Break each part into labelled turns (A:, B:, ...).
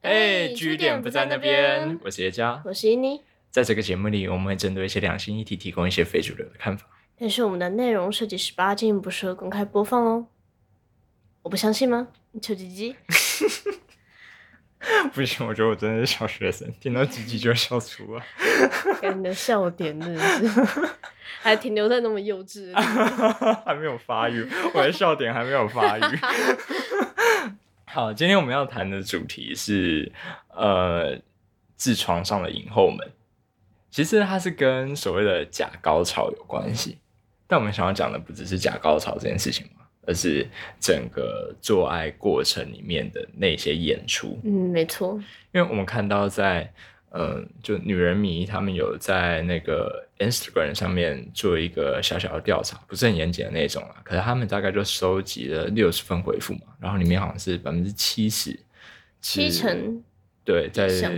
A: 哎，据点不在那边，我是叶佳。
B: 我是伊妮，
A: 在这个节目里，我们会针对一些两性议题提供一些非主流的看法。
B: 但是我们的内容涉及十八禁，不适合公开播放哦。我不相信吗？求吉吉，
A: 不行，我觉得我真的是小学生，听到几集就要笑出了。
B: 看你的笑点真的是还停留在那么幼稚的地方。
A: 还没有发育，我的笑点还没有发育。 好，今天我们要谈的主题是呃，痔疮上的影后们。其实它是跟所谓的假高潮有关系，但我们想要讲的不只是假高潮这件事情嘛，而是整个做爱过程里面的那些演出。
B: 嗯，没错，
A: 因为我们看到在嗯，就女人迷他们有在那个 Instagram 上面做一个小小的调查，不是很严谨的那种啊，可是他们大概就收集了六十份回复嘛，然后里面好像是百分之七十，
B: 七成
A: 对，在
B: 像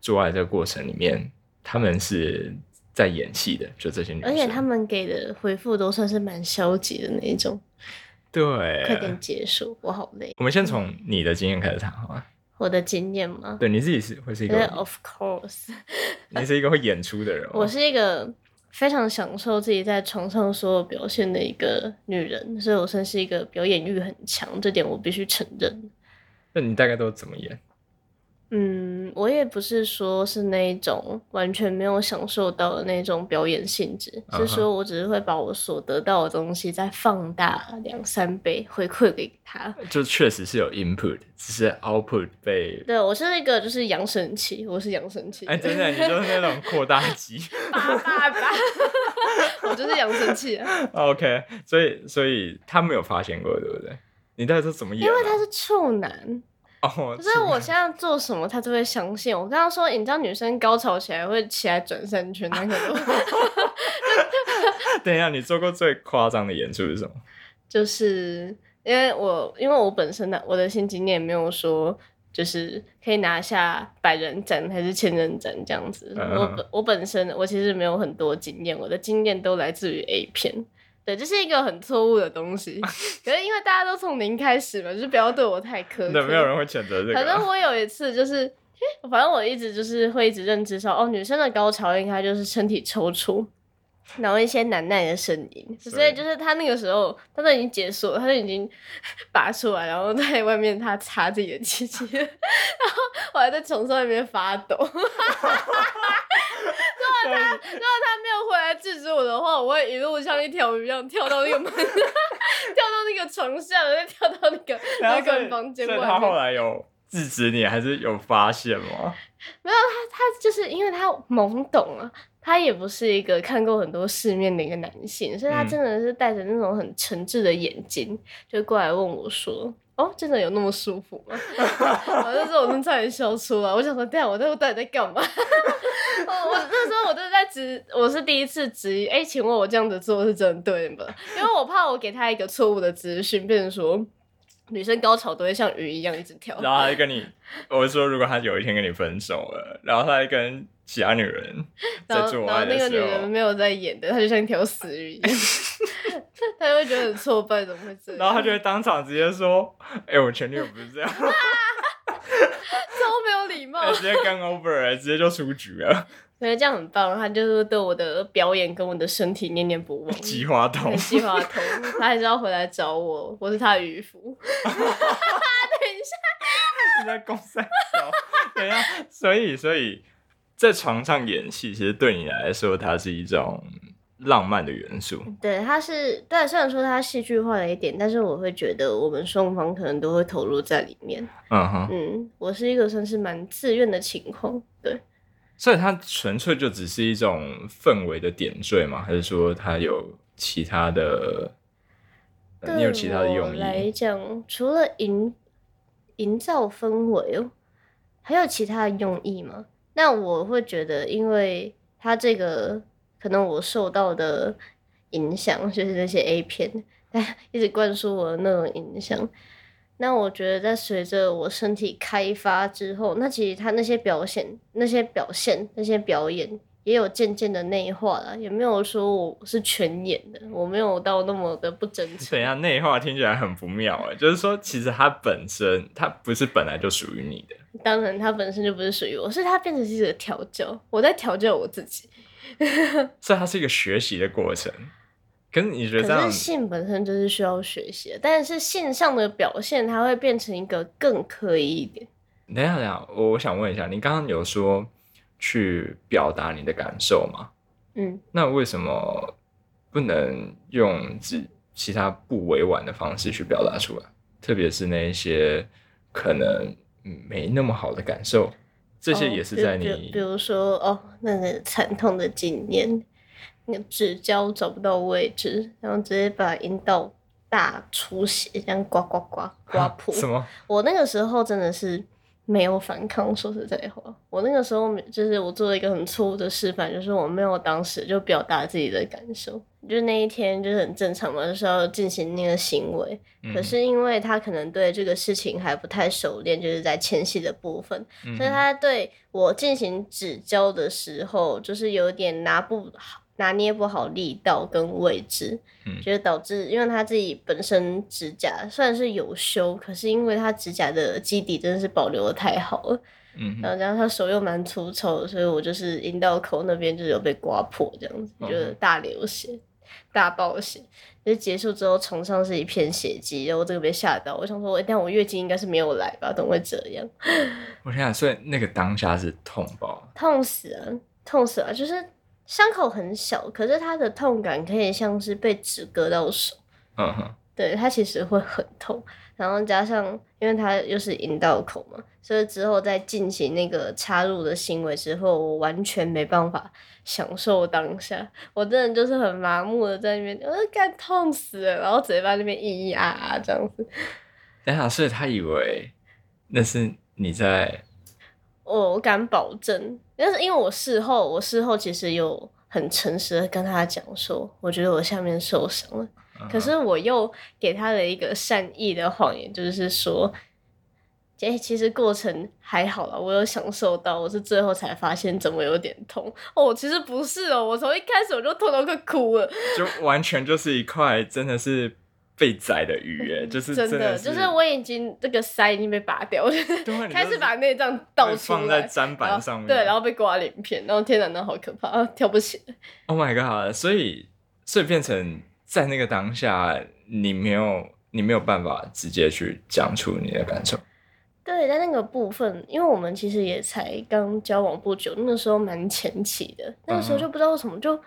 A: 做爱这个过程里面，他们是在演戏的，就这些女生，
B: 而且他们给的回复都算是蛮消极的那一种。快
A: 对
B: 点，结束，我好累。
A: 我们先从你的经验开始谈好吗？
B: 我的经验吗？
A: 对，你自己是会是一
B: 因为
A: 个，
B: of course，
A: 你是一个会演出的人哦吗，
B: 呃哦我是一个非常享受自己在床上所有表现的一个女人，所以我算是一个表演欲很强，这点我必须承认。
A: 那你大概都怎么演？
B: 嗯，我也不是说是那一种完全没有享受到的那种表演性质
A: 嗯哼
B: 是说我只是会把我所得到的东西再放大两三倍回馈给他。
A: 就确实是有 input，只是 output 被
B: 对我是那个就是扬声器，我是扬声器。
A: 哎，真的，你就是那种扩大机。
B: 叭叭叭， 我就是扬声器啊、
A: OK，所以所以他没有发现过，对不对？你到底是怎么演、啊？
B: 因为他是处男，
A: 哦，
B: 就是我现在做什么他都会相信我。刚刚说，你知道女生高潮起来会起来转三圈，那 个
A: 等一下，你做过最夸张的演出是 什么？
B: 就是因为我因为我本身的我的性经验没有说。就是可以拿下百人斩还是千人斩这样子。
A: 嗯
B: 我本我本身我其实没有很多经验，我的经验都来自于 A 片。对，这是一个很错误的东西。 可是因为大家都从零开始嘛，就是不要对我太苛
A: 对，
B: 刻。
A: 没有人会谴责这个
B: 反正
A: 啊。
B: 我有一次就是，诶反正我一直就是会一直认知说，哦，女生的高潮应该就是身体抽搐，然后一些难耐的声音，所以就是她那个时候，她都已经解锁了，她都已经 拔出来，然后在外面她擦自己的鸡鸡， 然后我还在床上那边发抖。 如果
A: 啊
B: 她如果她没有回来制止我的话，我会一路像一条鱼一样跳到那个门， 跳到那个床下，然后再跳到那个
A: 然
B: 那
A: 后所
B: 个
A: 以
B: 房间
A: 所
B: 外
A: 以
B: 面。
A: 他后来有制止你，还是有发现 吗？
B: 他就是因为他懵懂啊，他也不是一个看过很多世面的一个男性，所以他
A: 嗯
B: 真的是带着那种很诚挚的眼睛，就过来问我说：“哦，真的有那么舒服吗？” 我那时候我真差点笑出来，我想说：“对啊，我那时候到底在干嘛？”我我那时候我就是在质，我是第一次质疑，哎、请问我这样子做是真的对吗？因为我怕我给他一个错误的资讯，变成说女生高潮都会像鱼一样一直跳。
A: 然后他就跟你，我是说，如果他有一天跟你分手了，然后他就跟其他女人
B: 然
A: 在
B: 后
A: 做
B: 然后
A: 爱
B: 那
A: 的
B: 个女
A: 时
B: 人
A: 候，
B: 没有在演的，她就像一条死鱼一 样，她就会觉得很挫败，怎么会这样？
A: 然后他就会当场直接说：“哎、我前女友不是这样。”
B: 超没有礼貌
A: 欸、，直接 gun over，了直接就出局了，
B: 我觉得这样很棒，她就是对我的表演跟我的身体念念不忘。
A: 计划筒
B: 很。计划 头，她还是要回来找我，我是她的渔夫。等一下，
A: 你在公三小，等一下，所以所以在床上演戏，其实对你来说，它是一种浪漫的元素。
B: 对，她是对，虽然说她戏剧化了一点，但是我会觉得我们双方可能都会投入在里面。
A: 嗯哼，
B: 嗯，我是一个算是蛮自愿的情况，对。
A: 所以它纯粹就只是一种氛围的点缀吗？还是说它有其他的？呃你有其他的用
B: 对我来
A: 意？
B: 讲，除了营营造氛围哦，还有其他的用意吗？那我会觉得，因为它这个可能我受到的影响，就是那些 A 片，一直灌输我的那种影响。那我觉得，在随着我身体开发之后，那其实他那些表现、那些表现、那些表演，也有渐渐的内化了，也没有说我是全演的，我没有到那么的不真诚。
A: 等一下，内化听起来很不妙哎，就是说，其实它本身它不是本来就属于你的，
B: 当然，它本身就不是属于我，所以它变成是一个调教，我在调教我自己。
A: 所以它是一个学习的过程。可是你觉得
B: 可
A: 这样
B: 是，性本身就是需要学习的，但是性上的表现，它会变成一个更刻意一点。
A: 等一下等一下，我我想问一下，你刚刚有说去表达你的感受吗？
B: 嗯，
A: 那为什么不能用其其他不委婉的方式去表达出来？特别是那一些可能嗯没那么好的感受，这些
B: 哦
A: 也是
B: 比如
A: 在你、
B: 比如比 如说哦，那个惨痛的经验，那个指胶找不到位置，然后直接把阴道大出血，这样刮刮刮刮 破。
A: 什么？
B: 我那个时候真的是没有反抗，说实在话，我那个时候就是我做了一个很错误的示范，就是我没有当时就表达自己的感受，就是那一天就是很正常嘛，就是要进行那个行为，
A: 嗯
B: 可是因为他可能对这个事情还不太熟练，就是在前戏的部分，
A: 嗯
B: 所以他对我进行指教的时候，就是有点拿不好、拿捏不好力道跟位置，
A: 嗯
B: 就是导致，因为他自己本身指甲虽然是有修，可是因为他指甲的基底真的是保留的太好了，
A: 嗯
B: 然后加上他手又蛮粗糙的，所以我就是阴道口那边就是有被刮破这样子，
A: 嗯哼
B: 就是大流血、大爆血。就是结束之后，床上是一片血迹，然后我这个被吓到，我想说，诶但我月经应该是没有来吧，怎么会这样？
A: 我想想，所以那个当下是痛爆，
B: 痛死了，痛死了！就是伤口很小，可是它的痛感可以像是被纸割到手，
A: 嗯哼，
B: 对，它其实会很痛。然后加上，因为它又是阴道口嘛，所以之后在进行那个插入的行为之后，我完全没办法享受当下，我真的就是很麻木的在那边，呃，干痛死了，然后嘴巴那边咿咿啊啊这样子。
A: 等一下，所以他以为那是你在，
B: 哦我敢保证，但是因为我事后，我事后其实有很诚实的跟他讲说，我觉得我下面受伤了，
A: 嗯哼
B: 可是我又给他了一个善意的谎言，就是说，哎、其实过程还好啦，我有享受到，我是最后才发现怎么有点痛哦，其实不是哦，我从一开始我就痛到快哭了，
A: 嗯就完全就是一块真的是被宰的 鱼耶，就是
B: 真
A: 的是，
B: 就是我已经这个腮已经被拔掉，我就是
A: 对啊你
B: 开
A: 就
B: 始
A: 是
B: 把内脏倒
A: 被
B: 出
A: 放在
B: 来。
A: 砧
B: 然
A: 板
B: 后
A: 上面，
B: 对，然后被刮鳞片，然后天哪，那好可怕，啊跳不起来。
A: Oh my god！所以，所以变成在那个当下，你没有，你没有办法直接去讲出你的感受。
B: 对，在那个部分，因为我们其实也才刚交往不久，那个时候蛮前期的，那个时候
A: 嗯哼
B: 就不知道为什么，就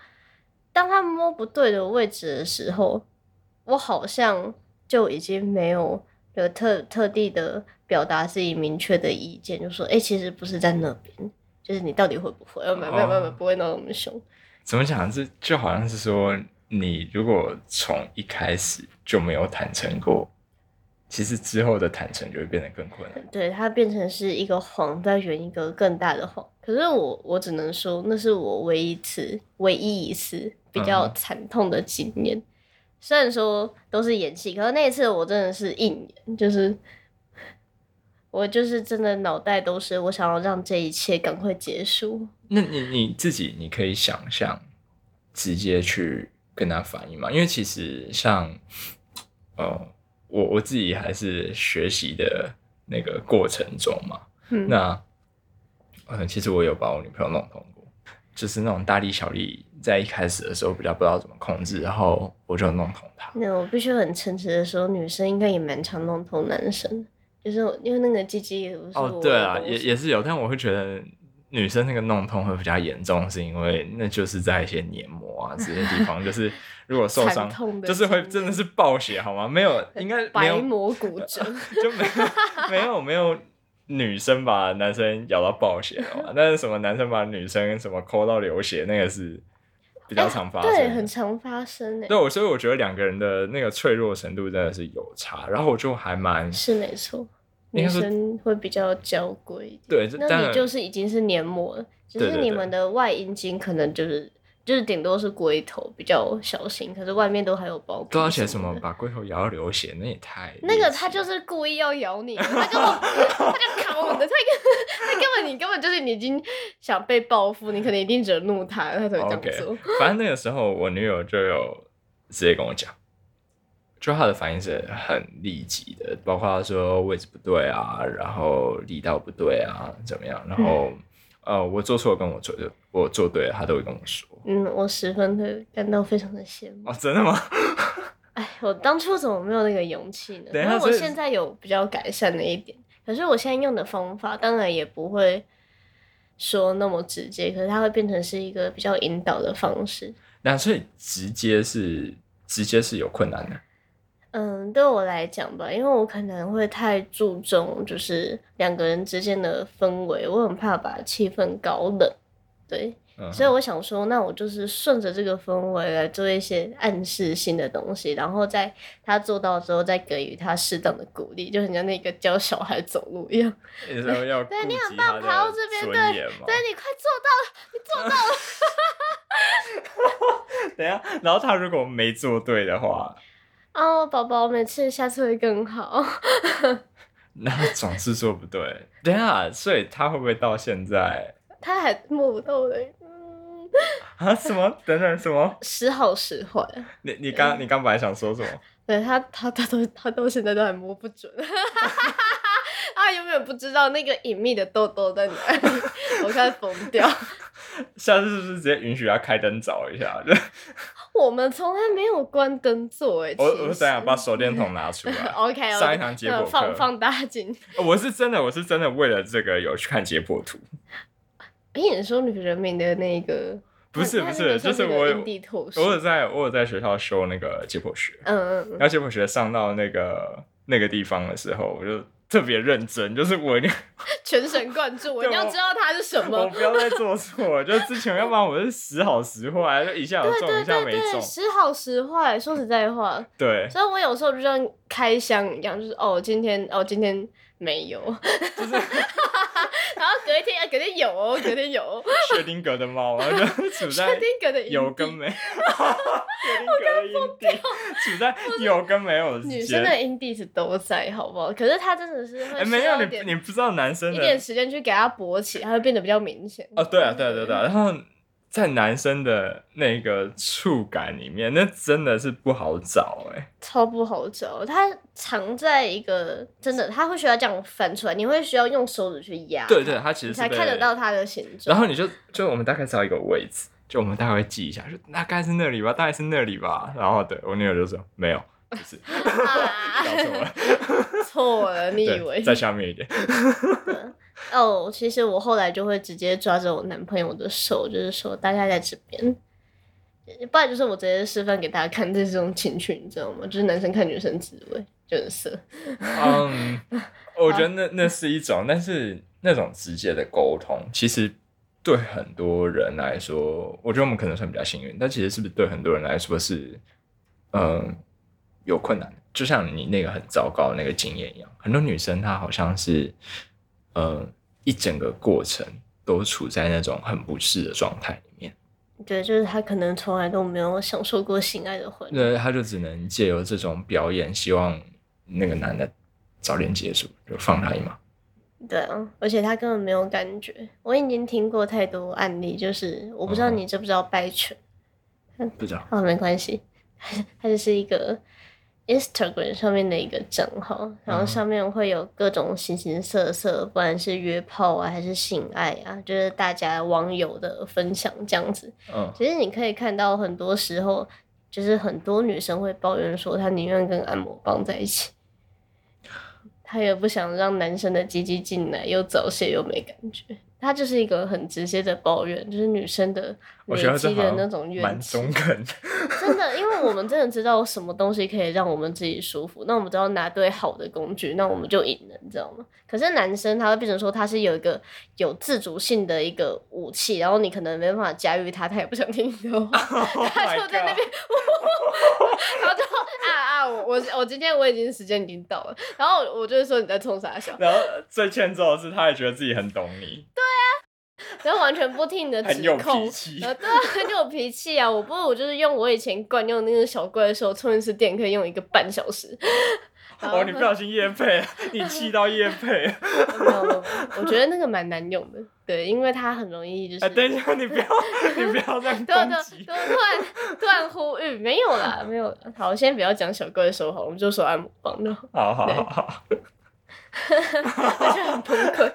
B: 当他摸不对的位置的时候，我好像就已经没有有特特地的表达自己明确的意见，就说，哎、其实不是在那边，就是你到底会不会？呃，没有没有没有没有，
A: 哦
B: 不会闹那么凶。
A: 怎么讲？这就好像是说，你如果从一开始就没有坦诚过，其实之后的坦诚就会变得更困难。
B: 对，它变成是一个谎，再圆一个更大的谎。可是我，我只能说，那是我唯一一次、唯一一次比较
A: 嗯哼
B: 惨痛的经验。虽然说都是演戏，可是那一次我真的是硬演，就是我就是真的脑袋都是，我想要让这一切赶快结束。
A: 那你你自己，你可以想象直接去跟他反映嘛？因为其实像，呃，我我自己还是学习的那个过程中嘛，
B: 嗯，
A: 那，呃，其实我有把我女朋友弄痛过，就是那种大力小力，在一开始的时候比较不知道怎么控制，然后我就弄痛她。
B: 那我必须很诚实的说，女生应该也蛮常弄痛男生的，就是我因为那个鸡鸡也不是我
A: 哦，对啊，
B: 的东
A: 也
B: 西
A: 也是有，但我会觉得女生那个弄痛会比较严重，是因为那就是在一些黏膜啊这些地方，就是如果受
B: 惨
A: 伤
B: 痛，的
A: 就是会
B: 经
A: 真的
B: 验
A: 是爆血好吗？没有，应该没
B: 白
A: 有，呃
B: 膜骨折。
A: 就没有没有没有女生把男生咬到爆血了嘛？但是什么男生把女生什么抠到流血，那个是比较常发生的、
B: 哎对，很常发生欸诶、
A: 对，我所以我觉得两个人的那个脆弱程度真的是有差，然后我就还蛮
B: 是没错，
A: 应
B: 女
A: 该说
B: 生会比较娇贵一点。
A: 对，这当
B: 那
A: 然
B: 你就是已经是黏膜了，只
A: 对
B: 是
A: 对
B: 你
A: 对
B: 们的外阴茎可能就是就是顶多是龟头比较小心，可是外面都还有包皮。
A: 都要写什么
B: 的。
A: 把 龟头咬到流血，那也太
B: 那个
A: 猎奇
B: 他就是故意要咬你，他根本他就考你的，他根他根本为你根本就是你已经想被报复，你可能一定惹怒他，他才会这
A: OK，
B: 样做。
A: 反正那个时候我女友就有直接跟我讲，就她的反应是很立即的，包括她说位置不对啊，然后力道不对啊，怎么样，然
B: 嗯
A: 后、呃我做错跟我做对，我做对了她都会跟我说。
B: 嗯，我十分的感到非常的羡慕。
A: 哦，真的吗？
B: 哎，我当初怎么没有那个勇气呢？
A: 等一
B: 因为
A: 下
B: 我
A: 所以
B: 现在有比较改善了一点，可是我现在用的方法当然也不会说那么直接，可是它会变成是一个比较引导的方式。
A: 那所以直接是直接是有困难的。
B: 嗯，对我来讲吧，因为我可能会太注重就是两个人之间的氛围，我很怕把气氛搞冷。对，
A: 嗯，
B: 所以我想说，那我就是顺着这个氛围来做一些暗示性的东西，然后在他做到之后，再给予他适当的鼓励，就很像那个教小孩走路一样。
A: 你说要顾
B: 对你
A: 及
B: 很
A: 她
B: 棒，
A: 的
B: 爬到这边，
A: 尊
B: 对
A: 严吗？
B: 对，你快做到了，
A: 等一下，然后她如果没做对的话，
B: 哦，宝宝，每次下次会更好。
A: 那 总是做不对。等一下，所以她会不会到现在
B: 他还摸不到我的，嗯，
A: 啊？什么？等等，什么？
B: 时好时坏。
A: 你你
B: 嗯
A: 刚你刚本来想说什么？
B: 对他，他他都他到现在都还摸不准， 他永远不知道那个隐秘的痘痘在哪里，我快疯掉。
A: 下次是不是直接允许他开灯找 一下？就
B: 我们从来没有关灯做哎、欸，
A: 我
B: 其
A: 我等
B: 实哦
A: 下把手电筒拿 出来。
B: OK，
A: 啊上一堂解剖课
B: 呃放放大 镜。
A: 我是真的，我是真的为了这个有去看解剖图，
B: 哎、你说女人民的那个
A: 不是
B: 那嗯
A: 不
B: 那
A: 是，
B: 个
A: 就
B: 像
A: 是
B: 个
A: 我
B: 阴地透视
A: 我有在我有在学校修那个解剖学，
B: 嗯嗯嗯
A: 然后解剖学上到那个那个地方的时候，我就特别认真，就是我一定
B: 全神贯注，我一
A: 对
B: 定要
A: 我
B: 知道它是什
A: 我
B: 么。
A: 不要再做错了，就之前要不然我是时好时坏，就一下有
B: 对
A: 中
B: 对
A: 一下
B: 对
A: 没
B: 对，
A: 中，
B: 时好时坏。说实在话，
A: 对，
B: 所以我有时候就像开箱一样，就是哦，今天哦，今天没有，
A: 就是
B: 然后隔一天，啊隔天有哦，隔天有哦，
A: 薛定谔的猫，然后就处 在
B: 确定隔天
A: 有跟没，确定格的音地处在有跟没有
B: 女
A: 之
B: 生
A: 间。
B: 的 indeed 都在，好不好？可是她真的是会
A: 哎，
B: 需
A: 没
B: 要
A: 有
B: 一
A: 你，
B: 点
A: 你不知道男生
B: 一
A: 的
B: 点时间去给它勃起，它会变得比较明显。
A: 哦，对啊，对啊，对啊对啊。然后在男生的那个触感里面，那真的是不好找哎、
B: 超不好找。它藏在一个真的，它会需要这样翻出来，你会需要用手指去压，
A: 对对，，他其
B: 你
A: 实是
B: 才
A: 被
B: 看得到。它的形状。
A: 然后你就就我们大概找一个位置，就我们大概会记一下，就大概是那里吧，大概是那里吧。然后对我女友就说没有，不是搞
B: 啊
A: 错了，
B: 错了，你以为
A: 对，在下面一点。
B: 哦？其实我后来就会直接抓着我男朋友的手，就是说大家在这边。不然就是我直接示范给大家看，这是种情趣，你知道吗？就是男生看女生自慰就很色。
A: 嗯，我觉得那那是一种，但是那种直接的沟通，其实对很多人来说，我觉得我们可能算比较幸运，但其实是不是对很多人来说是，嗯，有困难的。就像你那个很糟糕的那个经验一样，很多女生她好像是，呃，一整个过程都处在那种很不适的状态里面，
B: 对，就是他可能从来都没有享受过性爱的环境。
A: 那她就只能借由这种表演，希望那个男的早点结束，就放他一马。
B: 对啊，而且他根本没有感觉。我已经听过太多案例，就是我不知道
A: 嗯
B: 你知不知道掰拳，
A: 不知道。
B: 哦，没关系， 它就是一个 Instagram 上面的一个账号，然后
A: 嗯
B: 上面会有各种形形色色，不管是约炮啊，还是性爱啊，就是大家网友的分享这样子。
A: 嗯，
B: 其实你可以看到，很多时候就是很多女生会抱怨说，她宁愿跟按摩棒在一起， 她也不想让男生的鸡鸡进来，又早泄又没感觉。她就是一个很直接的抱怨，就是女生的
A: 我
B: 累
A: 觉得这
B: 积
A: 好
B: 的
A: 像
B: 那种怨
A: 蛮
B: 气。
A: 中 肯的。
B: 真的，因为我们真的知道什么东西可以让我们自己舒服，那我们只要拿对好的工具，那我们就赢了，你知道吗？可是男生他会变成说他是有一个有自主性的一个武器，然后你可能没办法驾驭他，他也不想听你的话，
A: Oh
B: 他
A: my
B: 就在那
A: god
B: 边， 然后就啊啊，我我我今天我已经时间已经到了，然后我就会说你在冲啥笑，
A: 然后最欠揍的是，他也觉得自己很懂你，
B: 然后完全不听你的指
A: 很有
B: 控
A: 脾。气。
B: 呃，对啊，很有脾气啊！我不如我就是用我以前惯用的那个小怪兽充一次电，可以用一个半小时，
A: 哦，你不小心夜配，你气到夜配。
B: 没有，没有我觉得那个蛮难用的，对，因为它很容易就是。
A: 哎，等一下，你不要，你不要再
B: 对啊
A: 攻
B: 对啊
A: 击。
B: 对啊，突然突然呼吁，没有啦，没有啦。好，先不要讲小怪兽好，我们就说按摩棒就好，
A: 好好好好，
B: 我觉得很崩溃。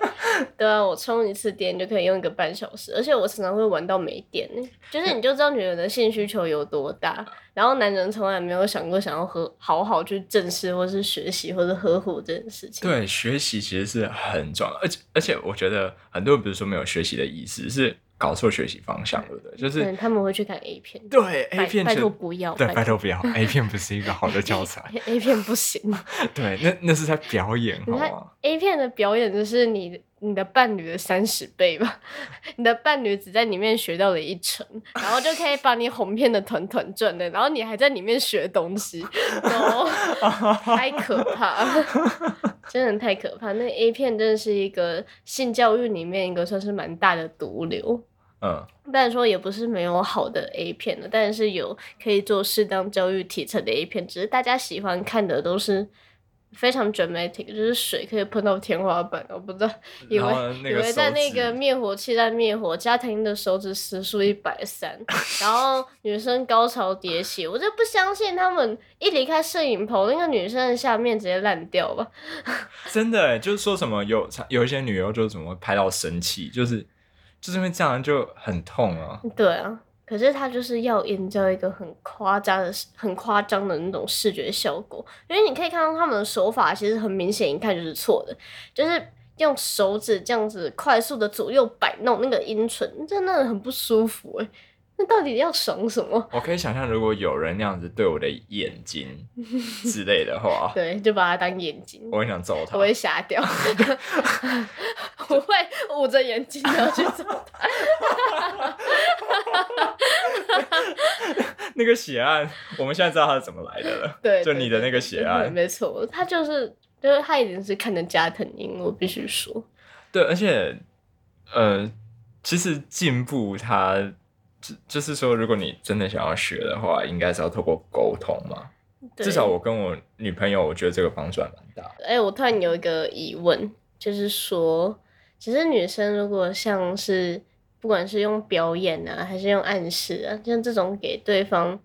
B: 对啊，我充一次电就可以用一个半小时，而且我常常会玩到没电呢，就是你就知道女人的性需求有多大，然后男人从来没有想过想要和好好去正视或是学习或者呵护这件事情。
A: 对，学习其实是很重要的，而且而且我觉得很多人不是说没有学习的意思，是搞错学习方向，对不对？就是
B: 嗯，他们会去看 A 片。
A: 对
B: 拜
A: A 片
B: 拜
A: 全，
B: 托不要，
A: 对，拜
B: 托
A: 托不要，A 片不是一个好的教材。
B: A A 片不行。
A: 对，那那是在表演，好
B: 你看
A: 吗？
B: A 片的表演就是你的你的伴侣的三十倍吧， 你的伴侣只在里面学到了一成，然后就可以把你哄骗的团团转的，然后你还在里面学东西，no, 太可怕了，真的太可怕。那 A 片真的是一个性教育里面一个算是蛮大的毒瘤。
A: 嗯，
B: 当然说也不是没有好的 A 片的，但是有可以做适当教育题材的 A 片，只是大家喜欢看的都是非常 dramatic，就是水可以喷到天花板，我不知道，以
A: 嗯然
B: 为
A: 后那
B: 以
A: 个
B: 为在
A: 手
B: 那
A: 指
B: 个灭火器在灭火，家庭的手指时速一百 三，然后女生高潮迭起，我就不相信他们一离开摄影棚，那个女生的下面直接烂掉吧。
A: 真的欸，就是说什么有有一些女优就是怎么会拍到生气，就是就是因为这样就很痛啊。
B: 对啊，可是他就是要营造一个很夸张的、很夸张的那种视觉效果，因为你可以看到他们的手法其实很明显，一看就是错的，就是用手指这样子快速的左右摆弄那个阴唇，真的很不舒服哎、那到底要爽什么？
A: 我可以想象，如果有人那样子对我的眼睛之类的话，
B: 对，就把它当眼睛。
A: 我很想揍他
B: 我。会瞎 掉，我会捂着眼睛然后去走。
A: 那个血案，我们现在知道它是怎么来的了。
B: 对，
A: 就
B: 对
A: 你的那
B: 对
A: 个
B: 对
A: 血
B: 对
A: 案。
B: 没错，他就是就是他已经是看着加藤鹰，我必须说，
A: 对，而且呃，其实进步它就就是说，如果你真的想要学的话，应该是要透过沟通嘛。
B: 对
A: 至少我跟我女朋友，我觉得这个帮助还蛮大的。
B: 哎、我突然有一个疑问，就是说，其实女生如果像是不管是用表演啊，还是用暗示啊，像这种给对方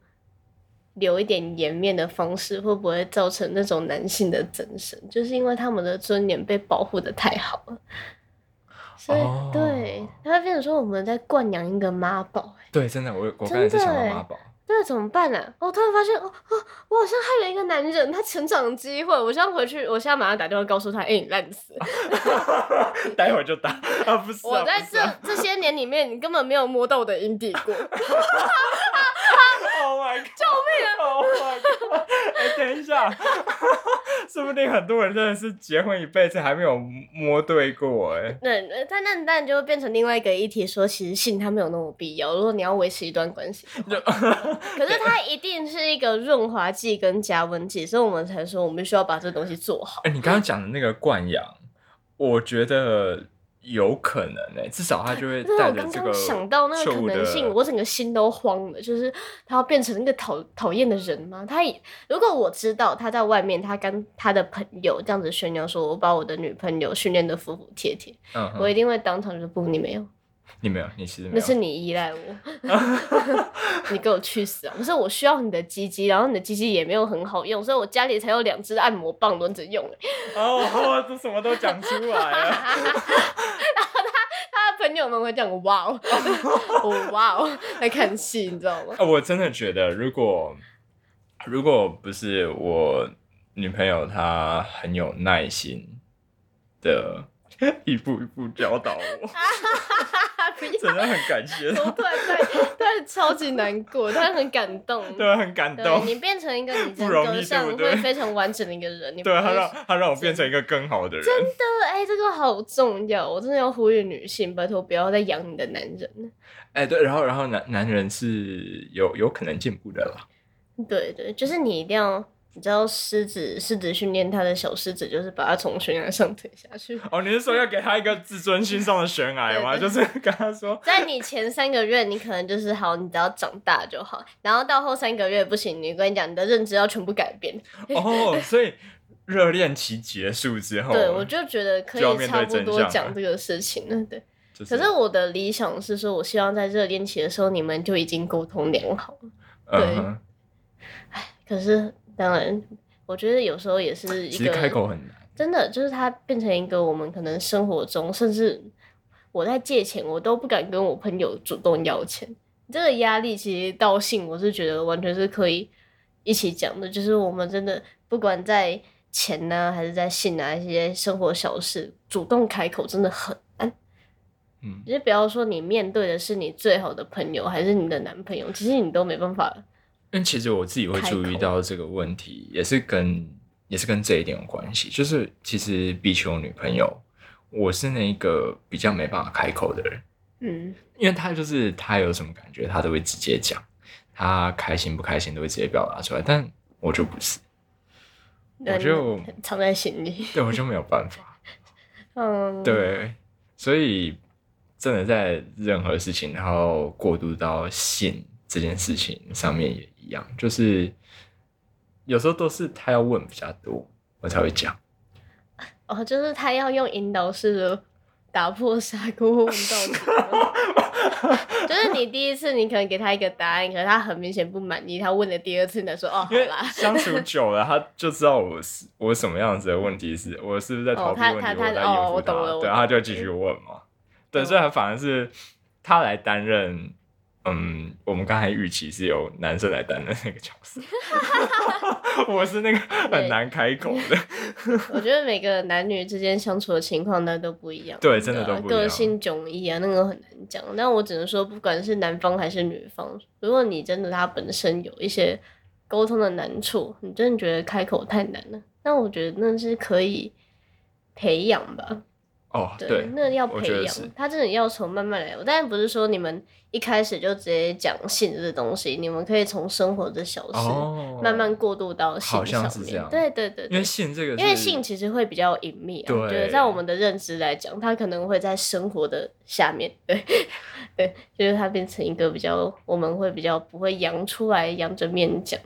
B: 留一点颜面的方式，会不会造成那种男性的增生？就是因为他们的尊严被保护的太好了。所以，
A: 哦
B: 对，他会变成说我们在惯养一个妈宝、哎，
A: 对，真的，我我刚才
B: 真的
A: 在想到
B: 欸
A: 妈宝。
B: 那怎么办呢、啊？我突然发现，哦哦，我好像害了一个男人，他成长的机会。我现在回去，我现在马上打电话告诉他，哎、你烂死了！
A: 待会儿就打啊！不是啊、
B: 我在
A: 不
B: 这
A: 是啊、
B: 这些年里面，你根本没有摸到我的阴蒂过。
A: Oh my god！救命啊！Oh my god！哎、等一下， 说不定很多人真的是结婚一辈子还没有摸对过哎、
B: 那那但那但就会变成另外一个议题说，其实性它没有那么必要。如果你要维持一段关系的话，可是它一定是一个润滑剂跟加温剂，所以我们才说我们必须要把这东西做好。
A: 哎、你刚刚讲的那个惯养，我觉觉得有可能哎、至少他就会
B: 但是
A: 带
B: 我
A: 着
B: 刚
A: 这个
B: 刚想到那个
A: 错
B: 可
A: 误
B: 能
A: 的
B: 性，我整个心都慌了。就是他要变成那个讨讨厌的人吗？他也如果我知道他在外面，他跟他的朋友这样子炫耀说，我把我的女朋友训练的服服帖帖，
A: 嗯哼
B: 我一定会当场就不，你没有，
A: 你没有，你其实没
B: 那
A: 有。
B: 是你依赖我， 你给我去死啊！可是我需要你的鸡鸡，然后你的鸡鸡也没有很好用，所以我家里才有两只按摩棒轮着用、欸。
A: 哦，这什么都讲出来啊了。
B: 他的朋友们会这样哇哦， 哦哇哦，来看戏，你知道吗？
A: 啊，我真的觉得，如果如果不是我女朋友她很有耐心的一步一步教导我，
B: 不要
A: 真的很感谢
B: 我
A: 她，
B: 突然对，突然超级难过，突然很感动。
A: 对，啊很感
B: 对，
A: 动。
B: 你变成一个你人
A: 不容易
B: 格上
A: 对不对
B: 会非常完整的一个人。你
A: 对
B: 不
A: 她
B: 会
A: 让她让我变成一个更好的人，
B: 对哎、这个好重要，我真的要呼吁女性，拜托不要再养你的男人了。
A: 哎、对，然后然后男男人是有有可能进步的啦，
B: 对对，就是你一定要，你知道狮子狮子训练它的小狮子，就是把它从悬崖上推下去。
A: 哦，你是说要给他一个自尊心上的悬崖吗？
B: 对
A: 就是跟他说，
B: 在你前三个月，你可能就是好，你只要长大就好。然后到后三个月不行，你跟你讲，你的认知要全部改变。
A: 哦，所以热恋期结束之后，
B: 对，我就觉得可
A: 哦就要
B: 以
A: 面
B: 差
A: 对
B: 不
A: 真
B: 多
A: 相
B: 讲
A: 了
B: 这个事情了。对，
A: 就
B: 可是我的理想是说，我希望在热恋期的时候，你们就已经沟通良好。
A: 嗯哼，
B: 可是当然，我觉得有时候也是一
A: 其实
B: 个
A: 开口很难，
B: 真的就是它变成一个我们可能生活中，甚至我在借钱，我都不敢跟我朋友主动要钱。这个压力其实到性，我是觉得完全是可以一起讲的，就是我们真的不管在钱呢、还是在性啊一些生活小事，主动开口真的很难。
A: 嗯，
B: 就是不要说你面对的是你最好的朋友，还是你的男朋友，其实你都没办法。
A: 因为其实我自己会
B: 开
A: 注意
B: 口
A: 到这个问题，也是跟也是跟这一点有关系。就是其实比起我女朋友，我是那个比较没办法开口的人，
B: 嗯，
A: 因为她就是她有什么感觉，她都会直接讲，她开心不开心都会直接表达出来，但我就不是，
B: 那
A: 我就
B: 你藏在心里。
A: 对我就没有办法，
B: 嗯，，
A: 对，所以真的在任何事情，然后过渡到性这件事情上面也一样，就是有时候都是她要问比较多，我才会讲。
B: 哦，就是他要用引导式的打破砂锅问 到底。就是你第一次，你可能给他一个答案，可是他很明显不满意，他问了第二次，你才说哦，好
A: 因为。
B: 啦
A: 相处久了，他就知道我是我什么样子的问题是，我是不是在逃避
B: 哦他
A: 问题，
B: 他他
A: 我在
B: 哦
A: 应
B: 我
A: 付
B: 懂了
A: 他，
B: 我
A: 对，
B: 懂
A: 他就继续问嘛。对，
B: 嗯
A: 所以他反而是他来担任，嗯，我们刚才预期是由男生来担任那个角 色，我是那个很难开口的，
B: 我觉得每个男女之间相处的情况呢都不一样，
A: 对真的
B: 啊
A: 都不一
B: 个
A: 样
B: 性迥异啊，那个很难讲。但我只能说，不管是男方还是女方，如果你真的他本身有一些沟通的难处，你真的觉得开口太难了，那我觉得那是可以培养吧。
A: 哦，
B: 对，
A: 对，
B: 那要
A: 我
B: 培
A: 觉得
B: 养
A: 是，
B: 他真的要从慢慢来。我当然不是说你们一开始就直接讲性这东西，你们可以从生活的小事、
A: 哦，
B: 慢慢，过渡到性
A: 好
B: 上
A: 像
B: 面。
A: 是这样
B: 对对对
A: 因
B: 对
A: 为，性这个是，
B: 因为性其实会比较隐秘啊，
A: 对
B: 就是在我们的认知来讲，它可能会在生活的下面，对对，就是它变成一个比较，我们会比较不会扬出来，扬着面讲。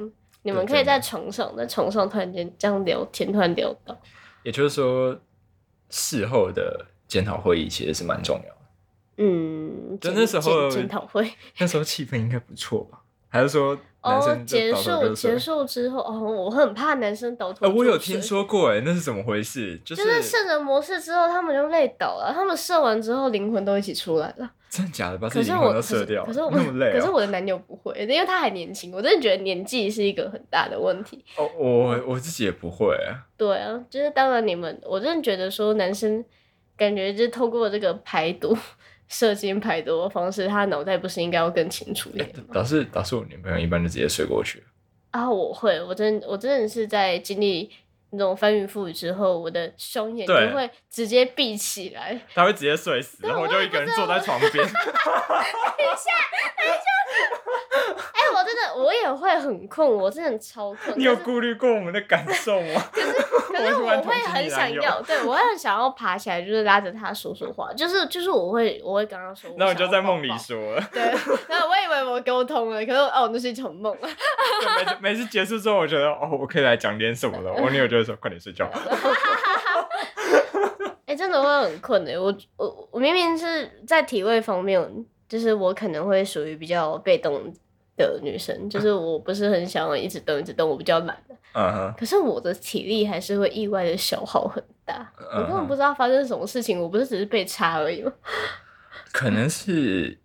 B: 你们可
A: 对
B: 以
A: 真
B: 在
A: 的
B: 床上，在床上突然间这样聊天，突然聊到，
A: 也就是说事后的检讨会议其实是蛮重要的。
B: 嗯，
A: 就
B: 检
A: 那时候
B: 检检讨会。
A: 那时候气氛应该不错吧？还是说男
B: 哦，
A: 生
B: 结
A: 就倒头
B: 束
A: 就睡？
B: 结束之后，哦，我很怕男生倒头、
A: 呃，我有听，说过，哎，那是怎么回事？就
B: 就是是射人模式之后，他们就累倒了，他们射完之后灵魂都一起出来了。
A: 真的假的，把自
B: 可
A: 己
B: 是
A: 哦灵
B: 我
A: 魂
B: 可
A: 都
B: 是
A: 射掉，
B: 可是我
A: 那么累啊。
B: 可是我的男友不会，因为他还年轻，我真的觉得年纪是一个很大的问题。
A: 哦，我我自己也不会啊，
B: 对啊，就是当然你们，我真的觉得说男生感觉就是透过这个排毒。 射精排毒的方式，他脑袋不是应该要更清楚一 点吗？
A: 导致导致我女朋友一般就直接睡过去了。
B: 啊，我会，我真我真的是在经历那种翻云覆雨之后，我的双眼就
A: 对
B: 会直接闭起来。等
A: 她会直接睡死，
B: 对
A: 然后
B: 我
A: 就
B: 也
A: 一个
B: 不
A: 人
B: 知
A: 坐
B: 道
A: 在床边。
B: 一下，等一下，哎、我真的我也会很困，我真的超困。
A: 你有
B: 但是
A: 顾虑过我们的感受 吗？
B: 可是
A: 我突
B: 我会
A: 然同情
B: 很
A: 你
B: 想
A: 男友
B: 要，对我会很想要爬起来，就是拉着他说说话，就是就是我会我会跟他说，
A: 那
B: 我
A: 我就
B: 想
A: 在
B: 要抱
A: 梦里
B: 抱。
A: 说了。
B: 对， 然后我以为我沟通了，可是哦，那是一场梦。
A: 就每次每次结束之后，我觉得哦，我可以来讲点什么了。我女友就会说：“快点睡觉。
B: 哎、真的会很困的、欸我我我明明是在体位方面，就是我可能会属于比较被动的女生，就是我不是很想要一直动一直动，我比较懒。”
A: 嗯哼，
B: 可是我的体力还是会意外的消耗很大，我根
A: 嗯
B: 本
A: 哼
B: 不知道发生什么事情，我不是只是被插而已吗？
A: 可能是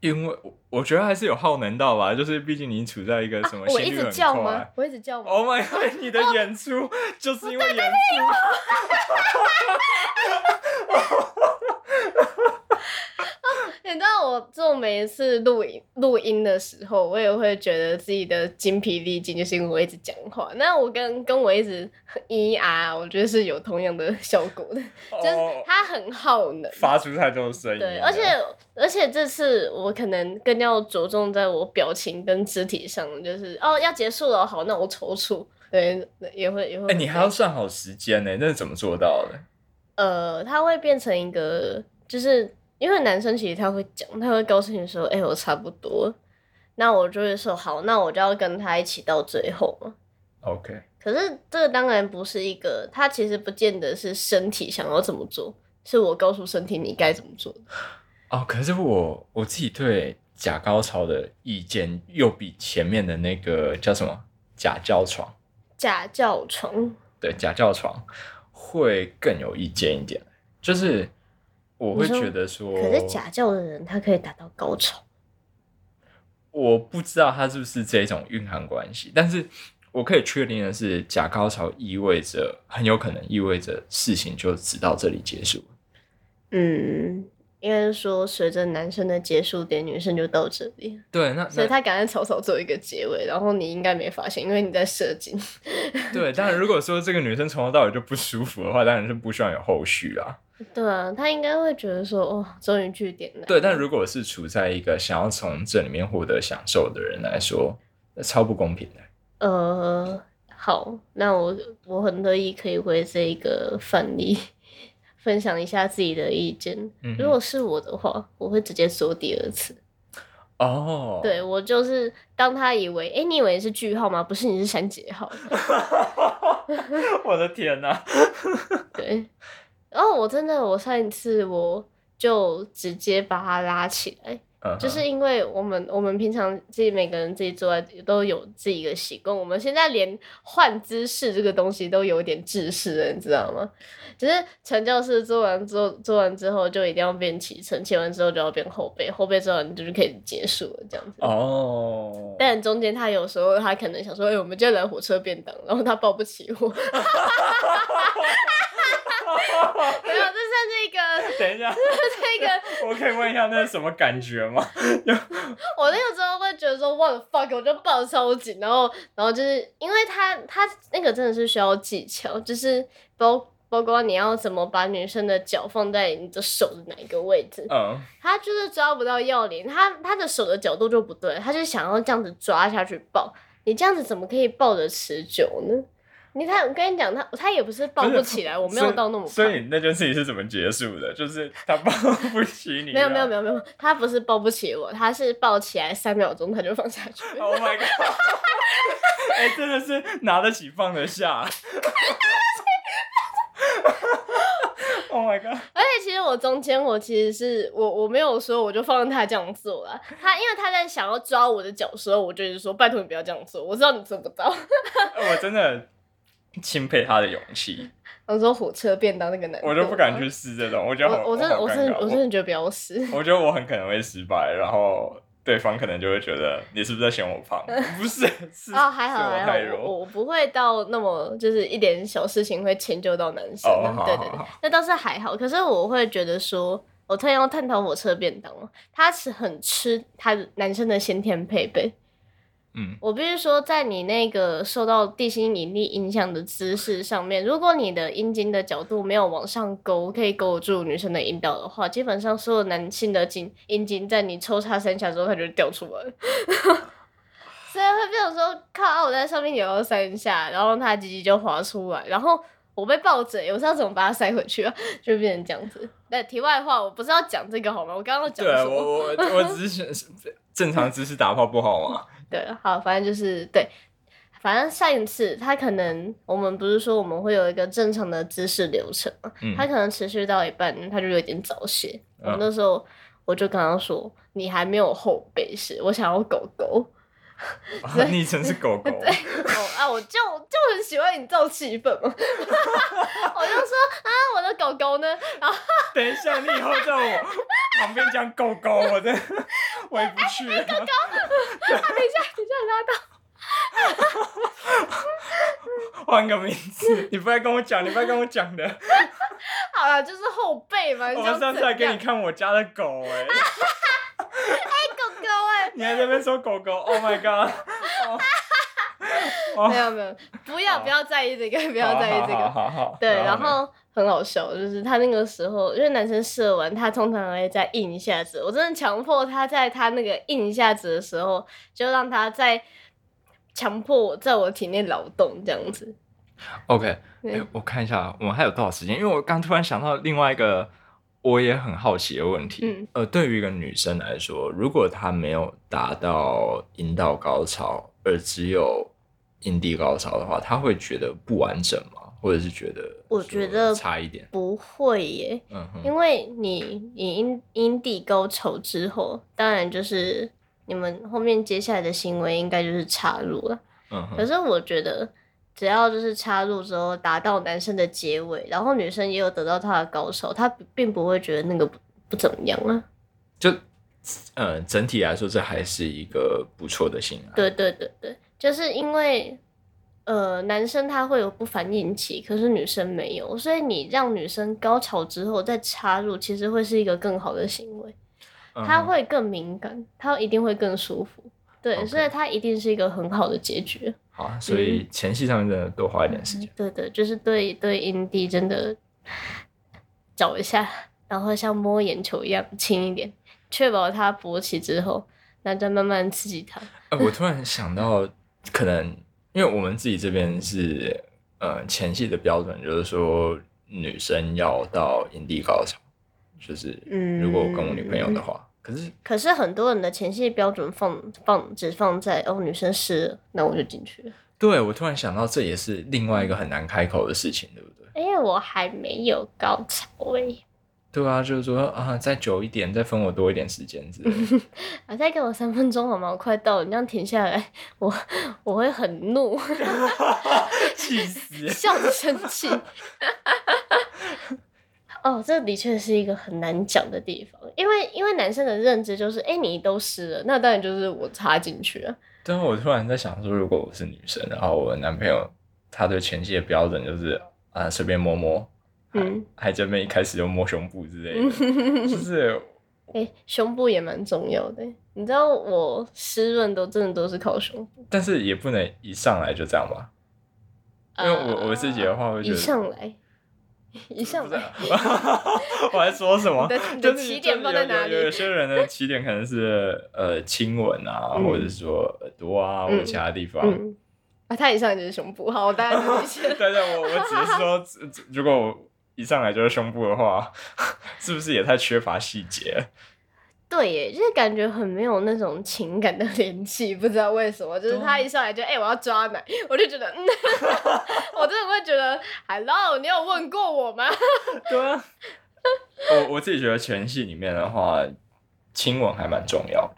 A: 因为我我觉得还是有耗能到吧，就是毕竟你处在一个什么
B: 啊我
A: 心
B: 一
A: 率
B: 直
A: 很
B: 叫
A: 快
B: 吗。？哦我一直叫吗？
A: Oh my god！你的演出就是因为演出，
B: 你知道我做每一次录音录音的时候，我也会觉得自己的精疲力尽，就是因为我一直讲话。那我跟跟我一直 咿啊，我觉得是有同样的效果的，就是
A: 哦啊
B: 它很耗能。
A: 发出太多声音了。
B: 对，而且而且这次我可能更要着重在我表情跟肢体上，就是哦要结束了，好，那我抽搐，对，也会也会。
A: 哎，你还要算好时间呢，那是怎么做到的？
B: 呃，它会变成一个，就是因为男生其实他会讲，他会告诉你说，哎、我差不多了，那我就会说好，那我就要跟他一起到最后嘛。
A: OK，
B: 可是这当然不是一个，它其实不见得是身体想要怎么做，是我告诉身体你该怎么做的。
A: 哦，可是我我自己对假高潮的意见又比前面的那个叫什么假教床，
B: 假叫床，
A: 对假教床会更有意见一点，就是我会
B: 你说
A: 觉得说，
B: 可是假叫的人他可以达到高潮，
A: 我不知道它是不是这种蕴含关系，但是我可以确定的是，假高潮意味着很有可能意味着事情就只到这里结束。
B: 嗯，应该是说随着男生的结束点，女生就到这里，
A: 对，那
B: 所以
A: 那
B: 他赶快草草做一个结尾，然后你应该没发现，因为你在射精。
A: 对，当然如果说这个女生从头到尾就不舒服的话，当然是不希望有后续啦。
B: 对啊，他应该会觉得说，哦，终于据点了。
A: 对，但如果是处在一个想要从这里面获得享受的人来说，那超不公平的。
B: 呃，好，那我我很乐意可以为这一个范例 分享一下自己的意见。
A: 嗯哼
B: 如果是我的话，我会直接说第二次。
A: 哦，
B: 对我就是当他以为，哎、你以为是句号吗？不是，你是删节号。
A: 我的天哪、
B: 对，然后我真的，我上一次我就直接把他拉起来，
A: 嗯哼
B: 就是因为我们我们平常自己每个人自己做都有自己的习惯，我们现在连换姿势这个东西都有点制式了，你知道吗？只是传教士做完做做完之后就一定要变起程，起完之后就要变后背，后背之后你就是可以结束了这样子。
A: 哦，
B: 但中间他有时候他可能想说，哎、我们今天来火车便当，然后他抱不起我。没有， 这算是一个，
A: 等一下，
B: 这一个
A: 我可以问一下那是什么感觉吗？
B: 我那个时候会觉得说，what the fuck，我就抱超紧，然后，然后就是因为他他那个真的是需要技巧，就是包包括你要怎么把女生的脚放在你的手的哪一个位置，
A: 嗯，
B: 他就是抓不到要领，他他的手的角度就不对，他就想要这样子抓下去抱，你这样子怎么可以抱得持久呢？你看，我跟你讲，他他也不是抱不起来，我没有到那么
A: 所以啊所
B: 胖
A: 以那件事情是怎么结束的？就是他抱不起你，啊
B: 没有没有没
A: 有。
B: 有没有，他不是抱不起我，他是抱起来三秒钟他就放下去。
A: Oh my god！哎、真的是拿得起放得下。oh my god！
B: 而且其实我中间我其实是我我没有说我就放任他这样做了，他因为他在想要抓我的脚的时候，我就是说拜托你不要这样做，我知道你做不到。
A: 我真的钦佩他的勇气，
B: 我说火车便当那个难度，
A: 我就不敢去。试这种，我觉得很
B: 我我真的
A: 好
B: 我
A: 尴
B: 真的
A: 尬
B: 我真的觉得不要试，
A: 我我觉得我很可能会失败，然后对方可能就会觉得你是不是在嫌我 胖？不是，是
B: 哦，还
A: 是
B: 好
A: 我
B: 还
A: 太
B: 好，我
A: 弱。
B: 我不会到那么就是一点小事情会迁就到男生
A: 哦
B: 啊，
A: 好
B: 对对
A: 好
B: 对
A: 好，
B: 那倒是还好。可是我会觉得说，我突然要探讨火车便当了，他是很吃他的男生的先天配备，
A: 嗯，
B: 我必须说，在你那个受到地心引力影响的姿势上面，如果你的阴茎的角度没有往上勾，可以勾住女生的阴道的话，基本上所有男性的茎阴茎在你抽插三下之后，它就会掉出来了。 所以会变成说，靠，啊我在上面扭到三下，然后它鸡鸡就滑出来，然后我被抱着，我知道怎么把它塞回去啊， 就变成这样子。那题外话，我不是要讲这个好吗？我刚刚讲
A: 对
B: 什
A: 啊
B: 么？
A: 我我我只是想正常姿势打炮不好吗？
B: 对，好，反正就是对，反正上一次他可能我们不是说我们会有一个正常的姿势流程嘛，
A: 嗯
B: 他可能持续到一半，他就有点早泄。我
A: 嗯
B: 那时候我就跟他说：“你还没有后背式，我想要狗狗。
A: 啊、昵称是狗狗，
B: 哦啊，我就就很喜欢营造气氛嘛， 我就说啊，我的狗狗呢？ 然后
A: 等一下，你以后在我旁边讲狗狗，我真的回不去
B: 哎
A: 了。
B: 啊等一下，等一下拉到，
A: 换个名 字，你不要跟我讲，你不要跟我讲的。
B: 好了，就是后背 嘛。你
A: 我
B: 想
A: 哦上次还
B: 怎
A: 给
B: 样
A: 你看我家的狗、哎，
B: 狗狗哎、
A: 你还在那边说狗狗，Oh my god！哦
B: 没有没有，不要
A: 好
B: 不要在意这个，不
A: 不
B: 要在意这
A: 好
B: 个。
A: 好好好。
B: 对，
A: 呢
B: 然后很好笑，就是他那个时候，因为男生射完，他通常会再硬一下子。我真的强迫他在他那个硬一下子的时候，就让他在强迫我在我体内劳动这样子。
A: OK，
B: 对
A: 哎、我看一下我们还有多少时间，因为我刚突然想到另外一个我也很好奇的问题。
B: 嗯
A: 呃，对于一个女生来说，如果她没有达到阴道高潮，而只有阴蒂高潮的话，他会觉得不完整吗？或者是觉得
B: 我觉得
A: 说差一点？
B: 不会耶，
A: 嗯哼，
B: 因为你你阴阴蒂高潮之后，当然就是你们后面接下来的行为应该就是插入了。
A: 嗯
B: 可
A: 哼，
B: 是我觉得，只要就是插入之后达到男生的结尾，然后女生也有得到她的高潮，她并不会觉得那个不不怎么样啊。
A: 嗯就呃，整体来说，这还是一个不错的性爱。
B: 对对对对，就是因为呃，男生他会有不反应期，可是女生没有，所以你让女生高潮之后再插入，其实会是一个更好的行为。
A: 嗯哼，
B: 他会更敏感，他一定会更舒服。对
A: OK
B: 所以他一定是一个很好的结局。
A: 好，所
B: 嗯
A: 以前戏上面真的多花一点时间。
B: 对对，就是对对阴蒂真的找一下，然后像摸眼球一样轻一点，确保它勃起之后，那再慢慢刺激它。
A: 哎、我突然想到，可能因为我们自己这边是呃前戏的标准，就是说女生要到阴蒂高潮，就是
B: 嗯
A: 如果我跟我女朋友的话，可是
B: 可是很多人的前戏标准放放只放在哦女生湿了，那我就进去了。
A: 对我突然想到，这也是另外一个很难开口的事情，对不对？
B: 哎、我还没有高潮哎、
A: 对啊，就是说啊，再久一点，再分我多一点时间之类的。
B: 啊，再给我三分钟好吗？我快到了，你这样停下来，我我会很怒。
A: 气死！
B: 笑着生气。 哦，这的确是一个很难讲的地方，因为因为男生的认知就是，哎、你都湿了，那当然就是我插进去了。
A: 对啊，我突然在想说，如果我是女生，然后我男朋友他对前戏的标准就是啊，随便摸摸，
B: 嗯，
A: 还真没一开始就摸胸部之 类 的，就是
B: 哎、嗯胸部也蛮重要的。你知道我湿润都真的都是靠胸部，
A: 但是也不能一上来就这样吧，因为我我自己的话，我会觉
B: 一
A: 得
B: 呃上来，一上
A: 不是
B: 来
A: 啊， 我还说什么
B: 你的？你的
A: 就是
B: 起点
A: 就是
B: 放在哪里
A: 有有有些人的起点可能是呃亲吻啊，
B: 嗯
A: 或者说耳朵啊，或者
B: 嗯
A: 其他地方。
B: 嗯，啊，他一上来就是胸部，好，我大概理解
A: 对。对，我我只是说， 只只如果我一上来就是胸部的话， 是不是也太缺乏细节了？
B: 对耶，就是感觉很没有那种情感的 联系，不知道为什么，就是
A: 对啊
B: 他一上来就哎、我要抓奶，我就觉得嗯， 我真的会觉得 hello，你有问过我 吗？
A: 对啊， 我我自己觉得前戏里面的话，亲吻还蛮重要的。
B: 啊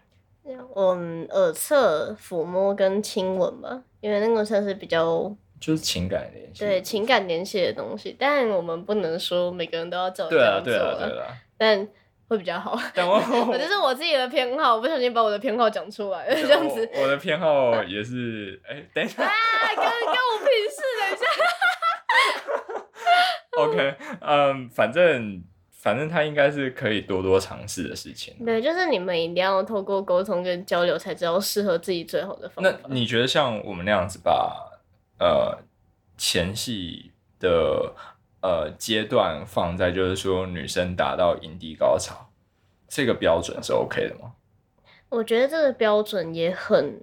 B: 我们耳侧抚摸跟亲吻吧，因为那个算是比较
A: 就是情感联系，
B: 对情感联系的东西，但我们不能说每个人都要照这
A: 对啊，
B: 样做
A: 对啊，
B: 啊
A: 对啊。
B: 但会比较好。
A: 但我
B: 我这是我自己的偏好，我不小心把我的偏好讲出来了，这样子。
A: 我，我的偏好也是，哎、等一下
B: 啊，哦跟跟我平视，等一下。
A: ，OK，嗯，反正反正他应该是可以多多尝试的事情。啊
B: 对，就是你们一定要透过沟通跟交流，才知道适合自己最好的方
A: 那
B: 法。
A: 你觉得像我们那样子把呃前戏的呃阶段放在就是说女生达到阴蒂高潮这个标准是 OK 的吗？
B: 我觉得这个标准也很，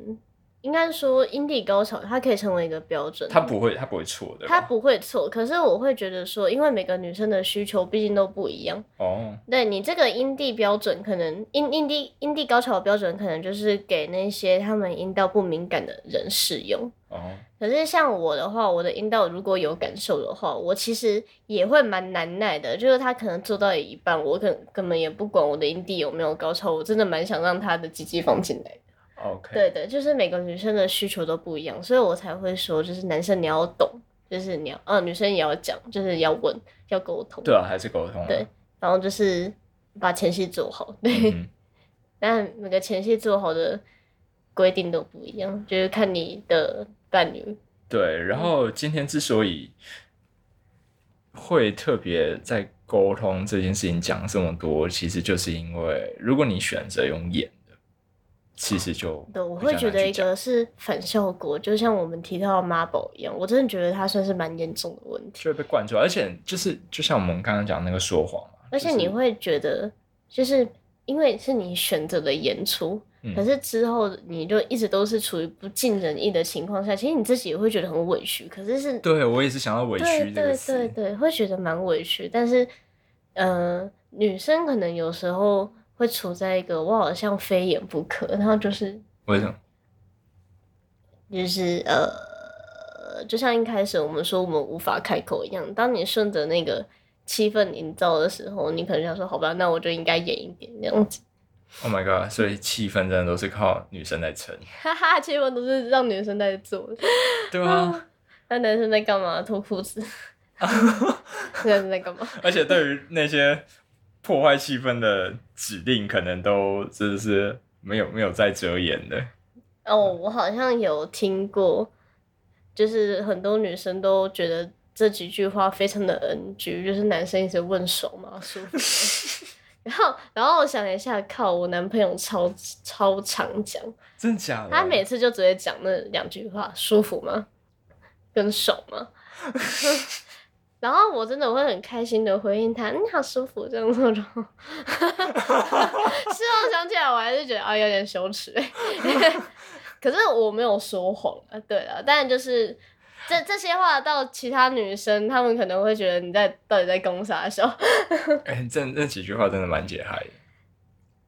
B: 应该说阴蒂高潮，它可以成为一个标准。
A: 他不会，他不会错的。
B: 它不会错，可是我会觉得说，因为每个女生的需求毕竟都不一样。
A: 哦，
B: 对你这个阴蒂标准，可能阴阴蒂阴蒂高潮的标准，可能就是给那些他们阴道不敏感的人使用。
A: 哦，
B: 可是像我的话，我的阴道如果有感受的话，我其实也会蛮难耐的。就是他可能做到一半，我根根本也不管我的阴蒂有没有高潮，我真的蛮想让他的鸡鸡放进来。
A: OK，
B: 对的，就是每个女生的需求都不一样，所以我才会说，就是男生你要懂，就是你要，嗯、女生也要讲，就是要问，要沟通，
A: 对啊，还是沟通啊。
B: 对然后就是把前戏做好。 对，
A: 嗯
B: 但每个前戏做好的规定都不一样，就是看你的伴侣
A: 对。
B: 嗯
A: 然后今天之所以会特别在沟通这件事情讲这么多，其实就是因为如果你选择用演的，其实就
B: 对，我
A: 比
B: 会
A: 较
B: 觉
A: 难
B: 得
A: 去
B: 一
A: 讲
B: 个是反效果，就像我们提到的妈宝一样，我真的觉得它算是蛮严重的问题，
A: 就会被灌输，而且就是就像我们刚刚讲那个说谎嘛，
B: 而且
A: 就是
B: 你，会觉得，就是因为是你选择的演出，
A: 嗯
B: 可是之后你就一直都是处于不尽人意的情况下，其实你自己也会觉得很委屈，可是是
A: 对我也是想要委
B: 对
A: 屈这个
B: 对
A: 词，
B: 对对，会觉得蛮委屈。但是，呃，女生可能有时候会处在一个我好像非演不可，然后就是
A: 为什么？
B: 就是呃，了，就像一开始我们说我们无法开口一样，当你顺着那个气氛营造的时候，你可能想说，好吧，那我就应该演一点那样子，
A: Oh my god！所以气氛真的都是靠女生在撑，
B: 哈哈，气氛都是让女生在做的，
A: 对
B: 哦
A: 啊。
B: 那男生在干嘛？脱裤子， 男生在干嘛？
A: 而且对于那些破坏气氛的指令，可能都真的是没有没有在遮掩的。
B: 哦，我好像有听过，就是很多女生都觉得这几句话非常的 NG，就是男生一直问爽吗、舒服吗然后，然后我想了一下，靠，我男朋友超超常讲，
A: 真的假的？
B: 他每次就只会讲那两句话：舒服吗？跟爽 吗？然后我真的会很开心的回应他，嗯，好舒服这样子。 我就事后想起来，我还是觉得啊有点羞耻。 可是我没有说谎啊，对啊，但就是这这些话到其他女生，她们可能会觉得你在到底在攻啥笑。
A: 哎、这那几句话真的蛮解嗨的。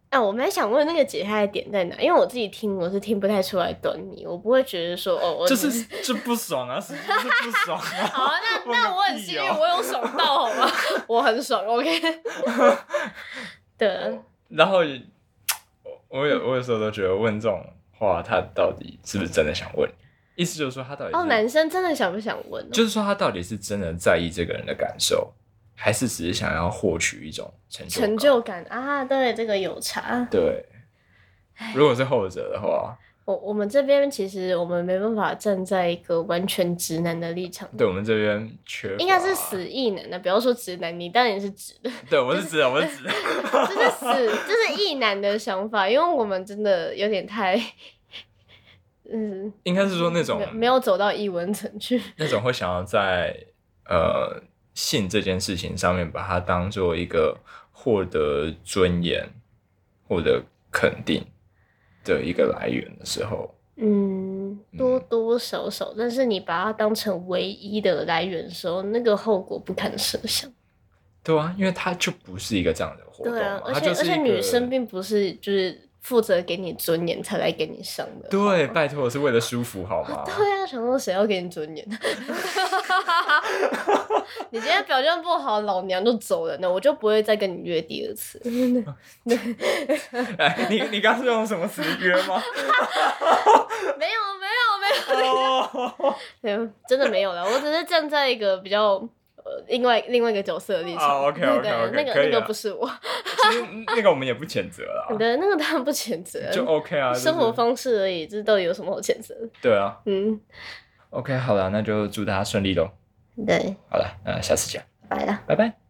B: 啊，我蛮想问那个解开的点在哪，因为我自己听我是听不太出来端倪，我不会觉得说哦，我
A: 就是就不爽啊，实际就是 不爽啊。
B: 好啊，那
A: 我
B: 那
A: 没
B: 我很
A: 必
B: 幸运，
A: 要
B: 我有爽到，好 吗？我很爽，OK。对啊，
A: 然后也我有我有时候都觉得问这种话，他到底是不是真的想问？意思就是说他到底是
B: 哦，男生真的想不想问、哦？
A: 就是说他到底是真的在意这个人的感受，还是只是想要获取一种成就感？
B: 成就感啊，对，这个有差。
A: 对。如果是后者的话，
B: 我我们这边其实我们没办法站在一个完全直男的立场，
A: 对我啊们这边缺乏
B: 应该是死意男的，不要说直男，你当然也是直 的，
A: 对，我是指的，我是指的。
B: 就是死，就是意男的想法，因为我们真的有点太，嗯，
A: 应该是说那种啊
B: 没没有走到意文层去。
A: 那种会想要在呃性这件事情上面把它当做一个获得尊严、获得肯定的一个来源的时候，
B: 嗯，多多少少，但是你把它当成唯一的来源的时候，那个后果不堪设想。
A: 对啊，因为它就不是一个这样的活动
B: 对啊
A: 嘛，，
B: 而
A: 它
B: 且
A: 就
B: 而
A: 是一
B: 且
A: 个
B: 女生并不是就是负责给你尊严才来给你上的。
A: 对，
B: 好吗
A: 拜托是为了舒服好吗？
B: 对啊，想说谁要给你尊严？ 你今天表现不好，老娘就走了，那我就不会再跟你约第二 次。
A: 哎，你你刚刚是用什么词约 吗？
B: 没有没有没有，
A: 哦，
B: 没有， 真的没有了。我只是站在一个比较呃另外另外一个角色的立场。
A: 哦，OK，OK，OK，
B: 对那个
A: 可以
B: 那
A: 啊
B: 个
A: 啦
B: 不是我。
A: 其实那个我们也不谴责啦
B: 好，的，那个当然不谴责，
A: 就 OK 啊，就是
B: 生活方式而已，这到底有什么好谴责的？
A: 对啊
B: 嗯，
A: ，OK，好了，那就祝大家顺利喽。
B: 对，
A: 好了，那下次见，
B: 拜了。
A: 拜拜。